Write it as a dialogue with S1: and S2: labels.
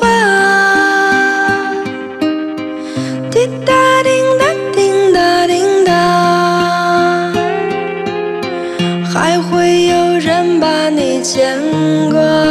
S1: 发。滴答叮答叮答叮答，还会有人把你牵挂。